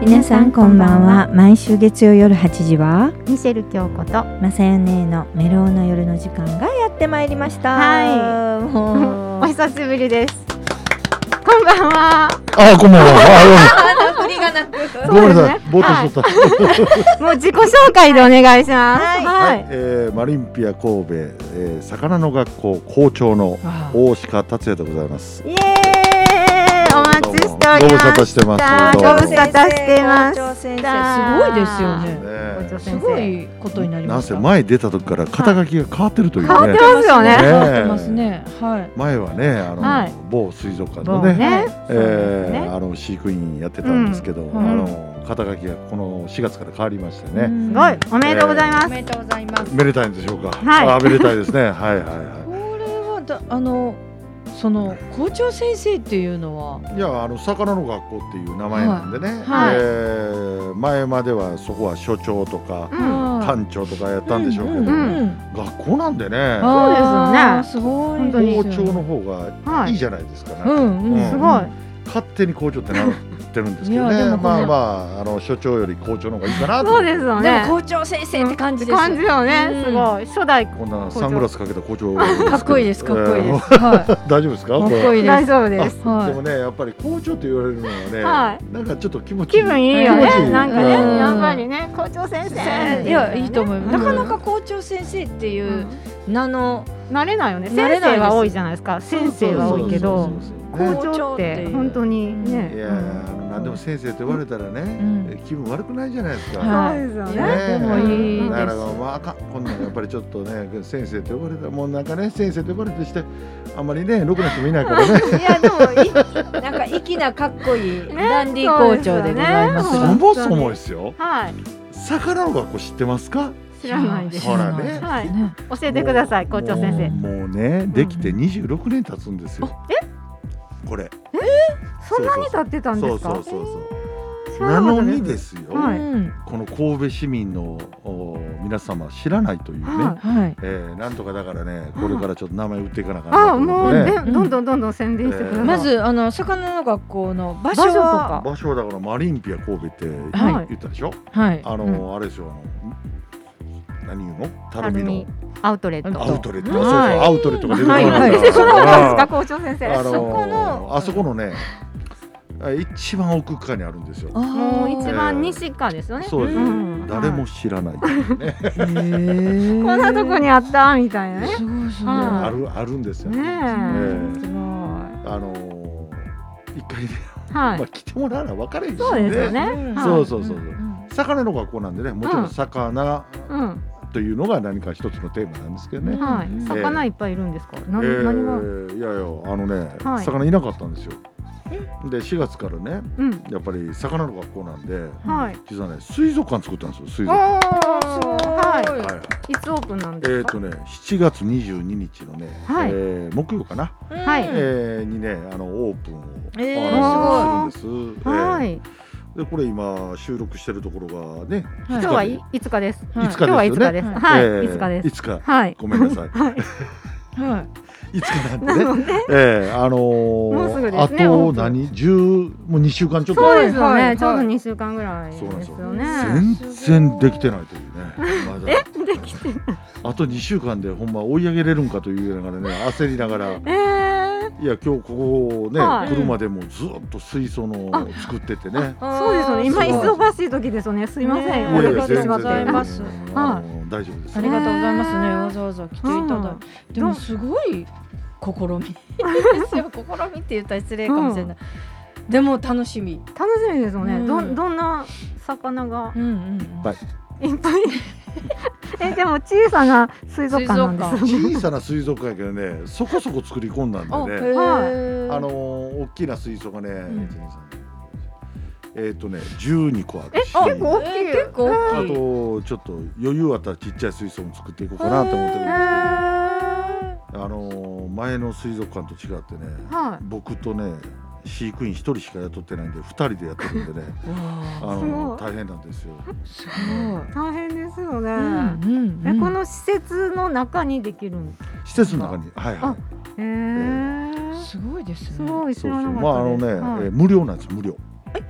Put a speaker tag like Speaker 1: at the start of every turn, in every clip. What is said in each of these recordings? Speaker 1: 皆さんこんばんは毎週月曜夜8時は
Speaker 2: ミシェル京子と
Speaker 1: まさよ姉のメロウの夜の時間がやってまいりました
Speaker 2: はい
Speaker 1: も
Speaker 2: お
Speaker 1: う
Speaker 2: 久しぶりです。こんばんは。
Speaker 3: あ、こんばんは。
Speaker 1: 振りがなく
Speaker 3: あ、どうも。ごめんなさい。ぼーっとしとった。
Speaker 2: もう自己紹介でお願いします。
Speaker 1: はい
Speaker 2: は
Speaker 3: はい。えーマリンピア神戸、えー魚の学校校長の大鹿達也でございます。
Speaker 1: イエ
Speaker 2: えーお待ちしており
Speaker 3: ご無
Speaker 2: ま
Speaker 3: 沙汰
Speaker 2: し
Speaker 3: してま
Speaker 2: あー
Speaker 3: す。どう
Speaker 2: ご
Speaker 3: も
Speaker 2: 無沙汰してます
Speaker 1: 校長先
Speaker 2: た。
Speaker 1: 生
Speaker 4: ごいですよね
Speaker 3: ね
Speaker 2: 校長先生
Speaker 4: すごいことになり
Speaker 3: な
Speaker 4: ま
Speaker 3: ん
Speaker 4: した。
Speaker 3: せ前出た時から肩書きが変わってるという
Speaker 2: 変わって
Speaker 3: ね。
Speaker 2: ますよね。
Speaker 3: ね
Speaker 4: 変わってますね。はい。
Speaker 3: 前はね、あの、
Speaker 2: はい
Speaker 3: 某水族館
Speaker 2: も
Speaker 3: の
Speaker 2: う
Speaker 3: ね、
Speaker 2: ね。そうで
Speaker 3: え
Speaker 2: す
Speaker 3: ー
Speaker 2: ね
Speaker 3: あの飼育員やってたんですけど、
Speaker 2: ん
Speaker 3: あの肩書きがこの4月から変わりましてね。
Speaker 1: うん
Speaker 2: すごいおめでとうございま
Speaker 4: お
Speaker 2: す。
Speaker 4: めでとうございます。
Speaker 3: めでたいんでしょうか。
Speaker 2: はい
Speaker 3: あー、めでたいですね。 はいはいはい。
Speaker 4: これはだあのその校長先生っていうのはい
Speaker 3: やあの魚の学校っていう名前なんでね、
Speaker 4: はい
Speaker 3: えー前まではそこは所長とか
Speaker 2: う、ん
Speaker 4: はい
Speaker 3: 館長とかやったんでしょうけど、
Speaker 4: んんん
Speaker 3: 学校なんでね
Speaker 4: あーすごい
Speaker 2: 本当に
Speaker 4: で
Speaker 3: 校
Speaker 4: すよね
Speaker 3: 長の方が
Speaker 2: はい
Speaker 3: い
Speaker 2: い。
Speaker 3: じゃないですか、ね
Speaker 4: うんうん
Speaker 3: うん
Speaker 2: すごい。
Speaker 3: 勝手に校長って名乗ってるんですけど
Speaker 4: いやで
Speaker 3: ね
Speaker 4: もこ
Speaker 3: ま
Speaker 4: ん
Speaker 3: あ
Speaker 4: な
Speaker 3: まああの所長より校長の方がいいかなと
Speaker 2: そうですよ
Speaker 4: でも
Speaker 2: ね。
Speaker 4: 校長先生って感じです。
Speaker 2: 感じよね。すごい初代。
Speaker 3: こんな
Speaker 2: 校長
Speaker 3: サングラスかけた校長
Speaker 4: か
Speaker 3: か
Speaker 4: っこいいです。かっこいいです。
Speaker 3: す
Speaker 4: はい。か
Speaker 3: えー 大丈夫ですか
Speaker 4: っ
Speaker 3: これ
Speaker 4: こいい
Speaker 2: 大
Speaker 4: です。
Speaker 2: 丈夫です。
Speaker 4: は
Speaker 3: で
Speaker 4: い
Speaker 3: も。ねやっぱり校長と言われるのはね、
Speaker 2: は
Speaker 3: なんかちょっと気持ち
Speaker 2: 気分いいよ
Speaker 3: 気持ちい
Speaker 2: ね。
Speaker 3: い
Speaker 2: なんかね
Speaker 3: うん
Speaker 2: やっぱりね校長先生。
Speaker 4: いやいいと思います。
Speaker 3: うん
Speaker 4: なかなか校長先生って
Speaker 2: う。
Speaker 4: いうん名の
Speaker 2: 慣れないよね。
Speaker 4: 慣
Speaker 2: 先
Speaker 4: れないで
Speaker 2: 生
Speaker 4: す
Speaker 2: は多いじゃないですか。先生は多いけど
Speaker 3: そう。そうそうそうね
Speaker 2: 校長って本当にね。
Speaker 3: いやー、あの何でも先生と言われたらね、
Speaker 4: ん
Speaker 3: え気分悪くないじゃないですか。
Speaker 4: は
Speaker 2: そうですよ
Speaker 4: い
Speaker 2: ね。
Speaker 4: やでもいいです
Speaker 3: だからまああかんこんなんやっぱりちょっとね先生と呼ばれたもうなんかね先生と呼ばれてしてあんまりねろくな人もいないからね
Speaker 4: いやでもいなんか粋なかっこいいダンディー校長でございま
Speaker 2: そ
Speaker 4: す。
Speaker 2: う
Speaker 3: そもそもですよ
Speaker 2: はい。
Speaker 3: 魚の学校知ってますか
Speaker 2: 知らないです。
Speaker 3: ほらね
Speaker 2: はい。
Speaker 4: ね
Speaker 2: 教えてください、校長先生。
Speaker 3: もうもうねできて26年経つんですよ、これ
Speaker 2: そんなに経ってたん
Speaker 3: そ
Speaker 2: で
Speaker 3: う
Speaker 2: す
Speaker 3: そう
Speaker 2: か。
Speaker 3: そうそう
Speaker 2: 知ら
Speaker 3: な
Speaker 2: なか
Speaker 3: の
Speaker 2: った
Speaker 3: にで。すよ、
Speaker 2: はい
Speaker 4: うん
Speaker 3: この神戸市民のお皆様知らないというね、
Speaker 2: はい
Speaker 4: はい。
Speaker 3: えー、なんとかだからね、これからちょっと名前売っていかなあかんな
Speaker 2: あ、
Speaker 3: と思
Speaker 2: も
Speaker 3: っ
Speaker 2: う
Speaker 3: て
Speaker 2: で
Speaker 3: ね、
Speaker 4: ん
Speaker 2: どんどんどんどん宣伝してください。
Speaker 4: まずあの魚の学校の場所
Speaker 2: 場所と
Speaker 4: は
Speaker 2: か。
Speaker 3: 場所はだからマリンピア神戸って
Speaker 4: はい
Speaker 3: 言ったでしょ、
Speaker 4: はい。
Speaker 3: あの
Speaker 4: うん
Speaker 3: あれですよ、あの何言うのたるみの
Speaker 2: アウトレッ
Speaker 4: ア
Speaker 2: ト。
Speaker 3: アウトレット、
Speaker 4: はい
Speaker 3: そうそうアウトレットが出てこなか
Speaker 4: はいはい
Speaker 3: った
Speaker 2: そうなんです
Speaker 3: か
Speaker 2: か、校長先
Speaker 3: ら、あ
Speaker 2: 生。
Speaker 4: そ
Speaker 3: の
Speaker 4: この
Speaker 3: あそこのね、あ一番奥側にあるんですよ。
Speaker 2: もう一
Speaker 4: あ
Speaker 2: 番西かですよね。
Speaker 3: そうです、
Speaker 2: うん
Speaker 3: 誰も知らないっていうね、
Speaker 4: ーへー
Speaker 2: こんなとこにあったみたいなね。
Speaker 4: すごいですね。
Speaker 2: は
Speaker 3: あるあるんですよ。
Speaker 2: ねえ。
Speaker 3: え
Speaker 2: すご
Speaker 3: あの一回ね、
Speaker 2: い。は
Speaker 3: まあ
Speaker 2: い。
Speaker 3: 来てもらうのは分かれへんし
Speaker 2: そうですよね。
Speaker 4: うん
Speaker 2: はい
Speaker 3: そうそうそうそう。
Speaker 4: ん
Speaker 3: 魚の学校なんでね、もちろ
Speaker 2: うん
Speaker 3: ん魚
Speaker 2: うん。
Speaker 3: というのが何か一つのテーマなんですけどね。
Speaker 2: はい。魚いっぱいいるんですか。な
Speaker 3: えー
Speaker 2: 何が。
Speaker 3: いやいやあのね、
Speaker 2: はい
Speaker 3: 魚いなかったんですよ。で4月からね
Speaker 2: うん。
Speaker 3: やっぱり魚の学校なんで
Speaker 2: はい。
Speaker 3: 実はね水族館作ったんです
Speaker 2: お
Speaker 3: よ水族
Speaker 2: お。
Speaker 3: 館。
Speaker 2: はい。
Speaker 4: い
Speaker 3: はい
Speaker 2: いつオープンなん
Speaker 3: えっ、
Speaker 2: です
Speaker 3: と
Speaker 2: か。
Speaker 3: ね7月22日のね、
Speaker 2: はい
Speaker 3: えー木曜かな、
Speaker 2: はい
Speaker 3: え
Speaker 4: うん
Speaker 3: ーにねあのオープンを、
Speaker 4: えー
Speaker 3: あのするんです。
Speaker 2: は
Speaker 3: え
Speaker 2: い。
Speaker 3: ーでこれ今収録してるところがね
Speaker 4: 今
Speaker 2: 今日はい5日です。
Speaker 4: はい
Speaker 3: いつ
Speaker 2: 今
Speaker 3: か
Speaker 2: 日は5
Speaker 3: で
Speaker 2: 日で
Speaker 3: すよね。
Speaker 2: す。
Speaker 4: はい
Speaker 2: はい、
Speaker 3: え
Speaker 2: 5
Speaker 3: ー
Speaker 2: 日です。
Speaker 3: いつか
Speaker 2: はい。
Speaker 3: ごめんなさい。
Speaker 4: はい
Speaker 3: いつかなん
Speaker 2: な
Speaker 3: でね。
Speaker 2: ので、
Speaker 3: ええあのー
Speaker 2: もうすぐですね
Speaker 3: あ
Speaker 2: オー
Speaker 3: と
Speaker 2: プン
Speaker 3: 何十もう二週間ちょっと
Speaker 2: そうですよ
Speaker 4: はいは
Speaker 2: ね。
Speaker 4: い
Speaker 2: ちょうど2週間ぐらいです
Speaker 3: そう
Speaker 2: よ
Speaker 4: な
Speaker 2: ね。
Speaker 4: ん
Speaker 3: 全然できてないというね。まだ
Speaker 2: できてる。
Speaker 3: あと二週間でほんま追い上げれるんかというながらね焦りながらい
Speaker 2: えー、
Speaker 3: や今日ここをね、
Speaker 2: はい
Speaker 3: 来るまでもずっと水槽の作っててね。
Speaker 2: そうですよね。今
Speaker 4: あー
Speaker 3: そう
Speaker 2: 忙しい時ですよね。すいません。
Speaker 4: ね
Speaker 2: お
Speaker 4: あり
Speaker 2: 出
Speaker 4: が
Speaker 2: か
Speaker 4: と
Speaker 2: け
Speaker 4: う
Speaker 2: し
Speaker 4: ご
Speaker 2: ま
Speaker 4: ざいます
Speaker 3: 全然
Speaker 2: はい
Speaker 3: あの大丈夫です
Speaker 4: あ
Speaker 3: よ。
Speaker 4: りがとうございますね。
Speaker 2: えー
Speaker 4: わざわざ来ていただいて。でもすごい試み ですよ。試みって言ったら失礼かもしれない。でも楽しみ。
Speaker 2: 楽しみですよね。
Speaker 4: うん
Speaker 2: どんどんな魚が
Speaker 4: うんうんうん。
Speaker 2: いっぱい。 えでも小さな水族館なんですよ。
Speaker 3: 小さな水族館やけどねそこそこ作り込んだんでね。あ
Speaker 4: あ
Speaker 3: のー、大きな水槽がね、
Speaker 4: ん
Speaker 3: 一二三えっとね12個あるし。
Speaker 2: 結構大きい。
Speaker 4: 結構
Speaker 3: あ
Speaker 4: 大きい。
Speaker 3: とちょっと余裕あったらちっちゃい水槽も作っていこうかなと思ってるんですけど、あのー前の水族館と違ってね、
Speaker 2: は
Speaker 3: 僕とね飼育員一人しか雇ってないんで二人でやってるんでね あ
Speaker 4: わあ
Speaker 3: のー大変なんですよ
Speaker 4: すごい。
Speaker 2: 大変ですよね。
Speaker 4: うんうんう
Speaker 2: え
Speaker 4: ん
Speaker 2: この施設の中にできるんです。
Speaker 3: 施設の中にはいは
Speaker 2: あ
Speaker 3: い
Speaker 2: えー。
Speaker 4: すごいです
Speaker 2: す
Speaker 4: ね。
Speaker 2: ごい
Speaker 3: そ
Speaker 2: 知
Speaker 3: うそう
Speaker 2: らな
Speaker 3: まああ
Speaker 2: か
Speaker 3: の
Speaker 2: ったです。は
Speaker 3: ね、
Speaker 2: い
Speaker 3: えー無料なんです無料
Speaker 2: え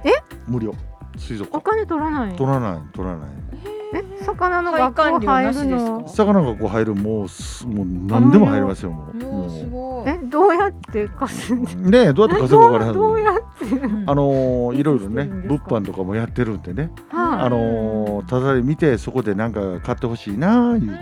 Speaker 3: 無料水族
Speaker 2: お
Speaker 3: 館
Speaker 2: 金取らない
Speaker 3: 取らない取らない
Speaker 2: え魚の学校
Speaker 4: 配管料な
Speaker 2: 入
Speaker 4: し
Speaker 2: る
Speaker 4: で
Speaker 2: の
Speaker 4: す
Speaker 3: 魚がこう入るもうすもう何でも入りますよもう
Speaker 4: もうす
Speaker 3: も
Speaker 4: ごい。
Speaker 2: えどうやって稼いで
Speaker 3: う ねえどうやって稼ぐか分からへ ん
Speaker 2: どうやって
Speaker 4: うん
Speaker 3: あのーいろいろね
Speaker 2: いつしてるん
Speaker 3: 物
Speaker 2: ですか
Speaker 3: 販とかもやってるんでね
Speaker 2: は
Speaker 3: あ
Speaker 2: い
Speaker 3: のーただで見てそこでなんか買ってほしいな言うて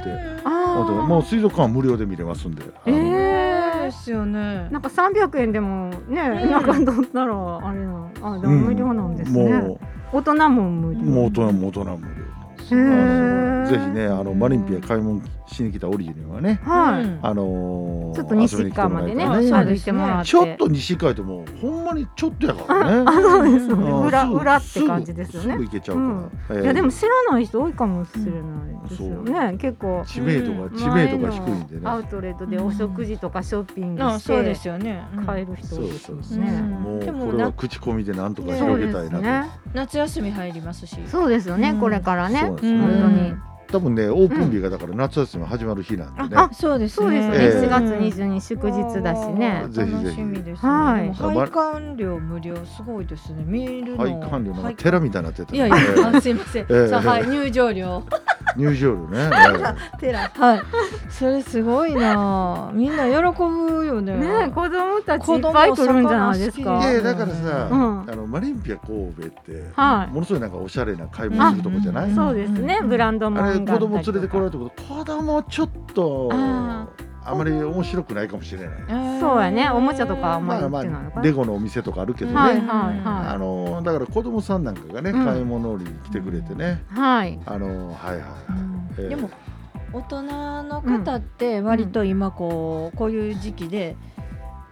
Speaker 2: あ
Speaker 3: あと
Speaker 2: ー
Speaker 3: もう水族館は無料で見れますんで、あ
Speaker 2: え
Speaker 3: の
Speaker 4: そう
Speaker 2: え
Speaker 4: ですよね。
Speaker 2: なんか300円でもね、
Speaker 4: ん
Speaker 2: なんかどったらあれなあでも
Speaker 3: うん
Speaker 2: 無料なんですね、
Speaker 3: も
Speaker 2: 大人も無
Speaker 3: う
Speaker 2: 料
Speaker 3: もう大人も大人も無料
Speaker 4: すご
Speaker 2: へ
Speaker 4: い
Speaker 2: ー
Speaker 3: ぜひねあのマリンピア買い物しに来たオリジンはね、
Speaker 2: はい、
Speaker 4: うん
Speaker 3: あのー
Speaker 2: ちょっと西川までね
Speaker 3: 遊びに来てもらえたら
Speaker 4: そう
Speaker 2: 歩
Speaker 4: ですね
Speaker 2: いてもらって
Speaker 3: ちょっと西海ってもうほんまにちょっとやからね
Speaker 2: あそうですよ
Speaker 4: う
Speaker 2: ね
Speaker 4: ん
Speaker 2: 裏
Speaker 3: うん
Speaker 2: 裏って感じですよ
Speaker 3: す
Speaker 2: ね
Speaker 3: ぐ行けちゃうから、え
Speaker 2: い
Speaker 3: え
Speaker 2: やでも知らない人多いかもしれないですよ
Speaker 3: うん
Speaker 2: ね、結構
Speaker 3: 知名度が、知名度が低いんで
Speaker 2: 前
Speaker 3: ね
Speaker 2: のアウトレットでお食事とかショッピング
Speaker 4: あ、
Speaker 2: し
Speaker 4: そうで
Speaker 2: て
Speaker 4: すよね。うん
Speaker 2: 買える人多いですよ
Speaker 3: そうそう
Speaker 4: そう
Speaker 2: ね、
Speaker 3: も
Speaker 4: でも
Speaker 3: うこれは口コミでなんとか
Speaker 2: そう
Speaker 3: 広
Speaker 2: で
Speaker 3: げたい
Speaker 2: す
Speaker 3: なと
Speaker 2: ね
Speaker 4: 夏休み入りますし。
Speaker 2: そうですよね、
Speaker 4: うん
Speaker 2: これからね
Speaker 3: そうです
Speaker 4: う
Speaker 3: ね
Speaker 4: ん
Speaker 2: 本当に
Speaker 3: 多分ねオープン日がだから夏休み始まる日なんでね、
Speaker 4: あ、そうです
Speaker 2: そうです
Speaker 4: ね。
Speaker 2: よ
Speaker 3: え
Speaker 2: ね、
Speaker 3: え
Speaker 2: 4月22日祝日だし
Speaker 4: わ
Speaker 2: ね
Speaker 4: ー
Speaker 3: ぜひぜ
Speaker 4: 楽
Speaker 3: ひ
Speaker 4: しみですね。
Speaker 2: はい
Speaker 4: でも配管料無料すごいですね。見るの。
Speaker 3: 配管料なん
Speaker 4: 配
Speaker 3: か寺みたいになってた
Speaker 4: い
Speaker 3: ね、
Speaker 4: やい
Speaker 3: え
Speaker 4: や、
Speaker 3: え
Speaker 4: あすいません。
Speaker 3: ええ
Speaker 4: さあ、はい、入場料。
Speaker 3: 入場料ね、
Speaker 4: テラ。 はい。それすごいなあ。みんな喜ぶよね。
Speaker 2: ね子供たちいっぱい来るんじゃないです
Speaker 4: 子供
Speaker 2: か
Speaker 3: ええ
Speaker 4: 魚好き
Speaker 3: いやいやだからさ、
Speaker 2: うん
Speaker 3: あのマリンピア神戸って、
Speaker 2: はい
Speaker 3: ものすごいなんかおしゃれな買い物するとこじゃない、
Speaker 4: うん
Speaker 2: そうですね、
Speaker 4: うん
Speaker 2: ブランドも
Speaker 3: あ
Speaker 2: ん
Speaker 3: れ
Speaker 2: があ
Speaker 3: 子
Speaker 2: ったりとか
Speaker 3: 供連れてこられたこと子供ちょっと
Speaker 4: あ
Speaker 3: あまり面白くないかもしれない、
Speaker 4: ええ
Speaker 2: そうやねおもちゃとかあんま
Speaker 3: ま
Speaker 2: り
Speaker 3: あ
Speaker 2: 売
Speaker 3: ま
Speaker 2: ってないのか
Speaker 3: あ
Speaker 2: な
Speaker 3: レゴのお店とかあるけどね、
Speaker 2: はいはいは
Speaker 3: あのだから子供さんなんかがね、
Speaker 2: うん
Speaker 3: 買い物に来てくれてね、
Speaker 2: いはい
Speaker 3: あのはいはいはい、ええ
Speaker 4: でも大人の方って割と今こうこういう時期で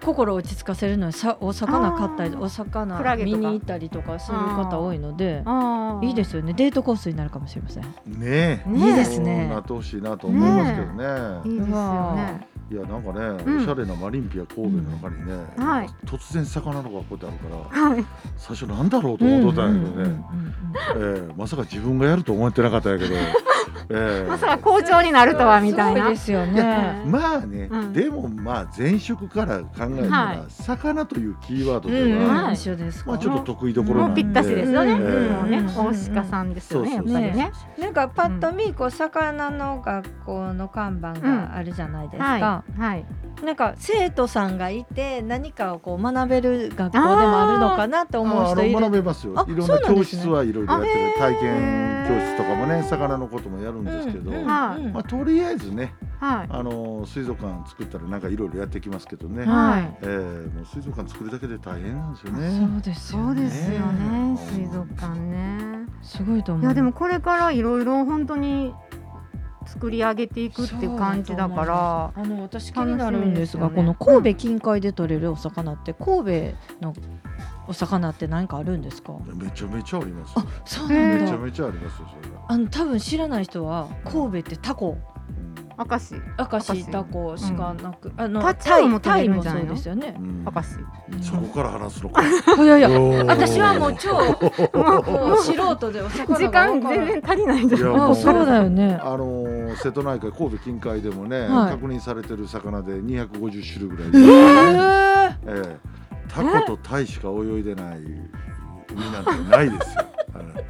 Speaker 4: 心を落ち着かせるのにさお魚買ったり
Speaker 2: あー
Speaker 4: お
Speaker 2: ク
Speaker 4: 魚
Speaker 2: ラゲと
Speaker 4: 見
Speaker 2: か
Speaker 4: に行ったりとかする方多いので
Speaker 2: あー
Speaker 4: いいですよねデートコースになるかもしれません。
Speaker 3: ねえ
Speaker 2: ねえいい
Speaker 4: ですね
Speaker 3: そうなってほしいなと思いますけどね
Speaker 2: いいですよね
Speaker 3: いやなんかね、
Speaker 2: うん
Speaker 3: おしゃれなマリンピア神戸の中にね、
Speaker 2: うんはい
Speaker 3: 突然魚のがこうやってあるから
Speaker 2: はい
Speaker 3: 最初なんだろうと思ってたんやけ
Speaker 4: うんうん
Speaker 3: ど
Speaker 4: う
Speaker 3: ね、
Speaker 4: んうん
Speaker 3: ええまさか自分がやると思ってなかったんや けど、ええ
Speaker 2: まさか校長になるとはみたい
Speaker 4: すご
Speaker 2: な
Speaker 4: ですよ
Speaker 3: い
Speaker 4: ね。
Speaker 3: まあね、
Speaker 2: うん
Speaker 3: でもまあ前職から考えたら、
Speaker 2: は
Speaker 3: 魚というキーワード
Speaker 4: う
Speaker 3: で
Speaker 4: ん
Speaker 3: は、
Speaker 4: うん、一緒ですか。
Speaker 3: まあちょっと得意どこ
Speaker 2: も
Speaker 3: ろな
Speaker 2: うん
Speaker 3: で
Speaker 2: ぴったしですよね、
Speaker 3: うん
Speaker 2: もうね
Speaker 4: うん
Speaker 2: 大鹿さんですよねやっぱり
Speaker 4: そうそう
Speaker 2: ね
Speaker 4: なんかパッと見こう魚の学校の看板があるじゃないですか。
Speaker 2: はいはい
Speaker 4: なんか生徒さんがいて何かをこう学べる学校でもあるのかなと思う
Speaker 3: ああ
Speaker 4: 人い
Speaker 3: の
Speaker 4: る
Speaker 3: 学べますよ
Speaker 4: あ。
Speaker 3: いろん
Speaker 4: そう
Speaker 3: な
Speaker 4: なんで
Speaker 3: 教
Speaker 4: すね
Speaker 3: 室はいろいろやってる、
Speaker 2: あ
Speaker 3: 体
Speaker 2: へ
Speaker 3: 験
Speaker 2: ー
Speaker 3: 教室とかもね魚のこともやるんですけど、
Speaker 4: うんうんうん
Speaker 3: ま
Speaker 2: はい
Speaker 3: あとりあえずね
Speaker 2: はい
Speaker 3: あのー水族館作ったらなんかいろいろやってきますけどね、
Speaker 2: はい
Speaker 3: えーもう水族館作るだけで大変なんですよ
Speaker 4: そ
Speaker 3: ね。
Speaker 4: うです
Speaker 2: そ
Speaker 4: よ
Speaker 2: う
Speaker 4: ね。
Speaker 2: ですよ
Speaker 3: ね
Speaker 2: ね水族館ね
Speaker 4: すごいと思う。
Speaker 2: いやでもこれからいろいろ本当に作り上げていくっていう感じだから
Speaker 4: あの私気になるんですが
Speaker 2: 楽し
Speaker 4: こ
Speaker 2: みですよ
Speaker 4: の
Speaker 2: ね
Speaker 4: 神戸近海で取れるお魚って神戸のお魚って何かあるんですか。
Speaker 3: めちゃめちゃありますよ
Speaker 4: あ。そう
Speaker 2: へ
Speaker 4: なん
Speaker 3: め
Speaker 2: ー
Speaker 3: ちゃ
Speaker 4: だ。
Speaker 3: めちゃありますよそれが。
Speaker 4: あの多分知らない人は神戸ってタコ
Speaker 3: う
Speaker 2: 明石
Speaker 4: 赤シタコしかなく、あの
Speaker 2: タチウオも食べるんじ
Speaker 4: タ
Speaker 2: ゃな
Speaker 4: イもそう
Speaker 2: いの
Speaker 4: ですよね。
Speaker 3: んうん
Speaker 2: 明石
Speaker 3: そこから話すのか。
Speaker 4: いやいや
Speaker 3: おー
Speaker 4: 私はもう超もう素人でお魚が
Speaker 2: 時間全然足りないじゃ
Speaker 3: いや
Speaker 2: ん
Speaker 3: も
Speaker 4: あそうだよね。
Speaker 3: あのー瀬戸内海神戸近海でもね、
Speaker 4: はい
Speaker 3: 確認されてる魚で250種類ぐらい、
Speaker 4: え
Speaker 3: ええタコとタイしか泳いでない海なんてないですよ、はい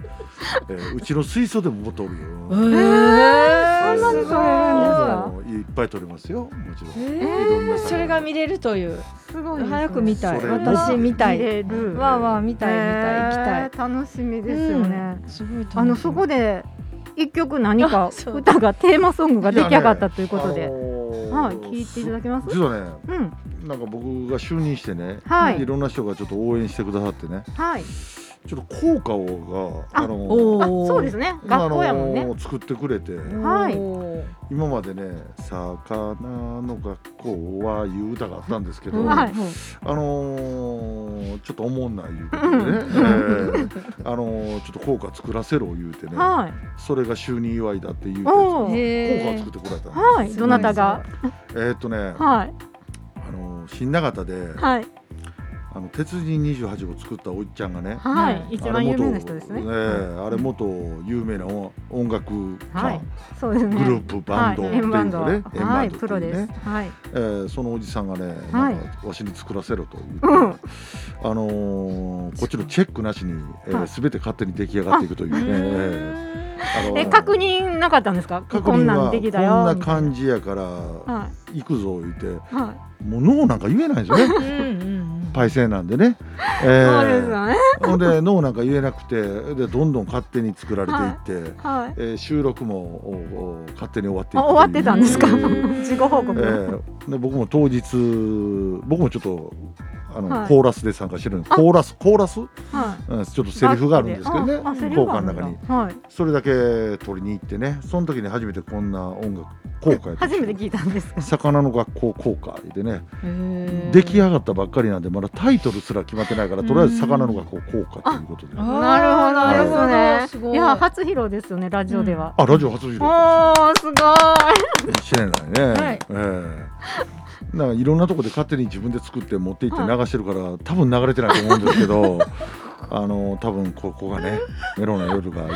Speaker 3: ええうちの水槽でももっとおるよ、
Speaker 4: えー、
Speaker 3: そんなに
Speaker 2: 取れるんですか
Speaker 3: もういっぱい取れますよもちろん、
Speaker 4: え
Speaker 3: いろんな魚
Speaker 4: ー、それが見れるという
Speaker 2: すごいですね
Speaker 4: 早く見たい
Speaker 3: それ
Speaker 4: 私見た
Speaker 2: 見
Speaker 4: い
Speaker 2: れる
Speaker 4: わあわあ見たい見たい行きたい、
Speaker 2: えー楽しみですよね
Speaker 4: すごい
Speaker 2: あのそこ
Speaker 4: で
Speaker 2: で一曲何
Speaker 4: あ
Speaker 2: か
Speaker 4: そう
Speaker 2: 歌がテーマソングが出来上がったということ
Speaker 3: あの
Speaker 2: で
Speaker 3: ー
Speaker 2: はい聞いていただけます
Speaker 3: 実はね
Speaker 2: うん
Speaker 3: なんか僕が就任してね、、
Speaker 2: はいい
Speaker 3: ろんな人がちょっと応援してくださってね
Speaker 2: はい
Speaker 3: ちょっと効果をが
Speaker 2: あ
Speaker 3: あの
Speaker 4: お
Speaker 2: あ
Speaker 4: ー
Speaker 3: ー
Speaker 2: そうですね学校やもん
Speaker 3: あ
Speaker 2: ね
Speaker 3: のー作ってくれて、
Speaker 2: はい
Speaker 3: 今までね「魚の学校は」いう歌があったんですけど、
Speaker 2: うんはい
Speaker 3: あのーちょっと思んないいうことでね、えーあのーちょっと効果作らせろ言うてね、
Speaker 2: はい
Speaker 3: それが就任祝いだって言うて
Speaker 2: おー
Speaker 3: 効
Speaker 4: へ
Speaker 3: 果
Speaker 4: ー
Speaker 3: 作ってこられたんですよ
Speaker 2: はいどなたが
Speaker 3: えーっとね、
Speaker 2: はい
Speaker 3: あのー新長田で、
Speaker 2: はい
Speaker 3: ああの鉄人28を作ったおいっちゃんがね
Speaker 2: は
Speaker 4: はい
Speaker 2: い、一番有名な人ですね。
Speaker 3: あれ元えあれ元有名な音音楽家、
Speaker 2: はいそうです
Speaker 3: グ
Speaker 2: ね。
Speaker 3: ループバンドっていう
Speaker 2: 円
Speaker 3: か
Speaker 2: バン
Speaker 3: ね、
Speaker 2: ド、
Speaker 3: 円バ
Speaker 2: は
Speaker 3: ン
Speaker 2: い、
Speaker 3: ドって
Speaker 2: プ
Speaker 3: いうね
Speaker 2: ロです。はい、
Speaker 3: えーそのおじさんがね、
Speaker 2: はい
Speaker 3: なんかわしに作らせろと言って、
Speaker 2: うん、
Speaker 3: あのーこっちのチェックなしに、え
Speaker 2: はい
Speaker 3: ー、全て勝手に出来上がっていくというね、えーあのー
Speaker 2: え、確認なかったんですか。
Speaker 3: 確
Speaker 2: こん
Speaker 3: 認
Speaker 2: なん
Speaker 3: は
Speaker 2: できたよ。
Speaker 3: こんな
Speaker 2: みたい
Speaker 3: 感じやから
Speaker 2: なは
Speaker 3: 行くぞ言って
Speaker 2: い、はい。
Speaker 3: もう脳なんか言えないんですよね
Speaker 4: うんうん
Speaker 3: パイセンなんでね、え
Speaker 2: そうです
Speaker 3: ー、
Speaker 2: よね。
Speaker 3: ほんで脳なんか言えなくてでどんどん勝手に作られていって、
Speaker 2: はい。
Speaker 3: えー収録もおお勝手に終わってい
Speaker 2: あ
Speaker 3: くという
Speaker 2: 終わってたんですか。
Speaker 3: えー
Speaker 2: 自己報告。
Speaker 3: えーで僕も当日僕もちょっとあの、
Speaker 2: はい
Speaker 3: コーラスで参加してるんですコーラスコーラス、うん
Speaker 2: は
Speaker 3: ちょっと
Speaker 2: い。
Speaker 3: セリフがあるんですけどね
Speaker 2: ああセリフ
Speaker 3: 効
Speaker 2: が
Speaker 3: 果
Speaker 2: ある
Speaker 3: の
Speaker 2: んだ
Speaker 3: 中に
Speaker 2: はい。
Speaker 3: それだけ取りに行ってねその時に初めてこんな音楽効果やった
Speaker 2: 初めて聞いたんです。
Speaker 3: 魚の学校効果でね
Speaker 4: うん
Speaker 3: 出来上がったばっかりなんでまだタイトルすら決まってないからとりあえず魚の学校効果ということであ
Speaker 2: なるほど
Speaker 4: なるほど
Speaker 2: ですす
Speaker 4: ご
Speaker 2: ね。
Speaker 4: い
Speaker 2: いや初披露ですよねラジオでは。
Speaker 3: ラジオ初披露
Speaker 2: お
Speaker 3: か
Speaker 2: おすごい。
Speaker 3: もしれないね、
Speaker 4: はい
Speaker 3: ええなんかいろんなとこで勝手に自分で作って持って行って流してるから多分流れてないと思うんですけど あの多分ここがねメロンの夜が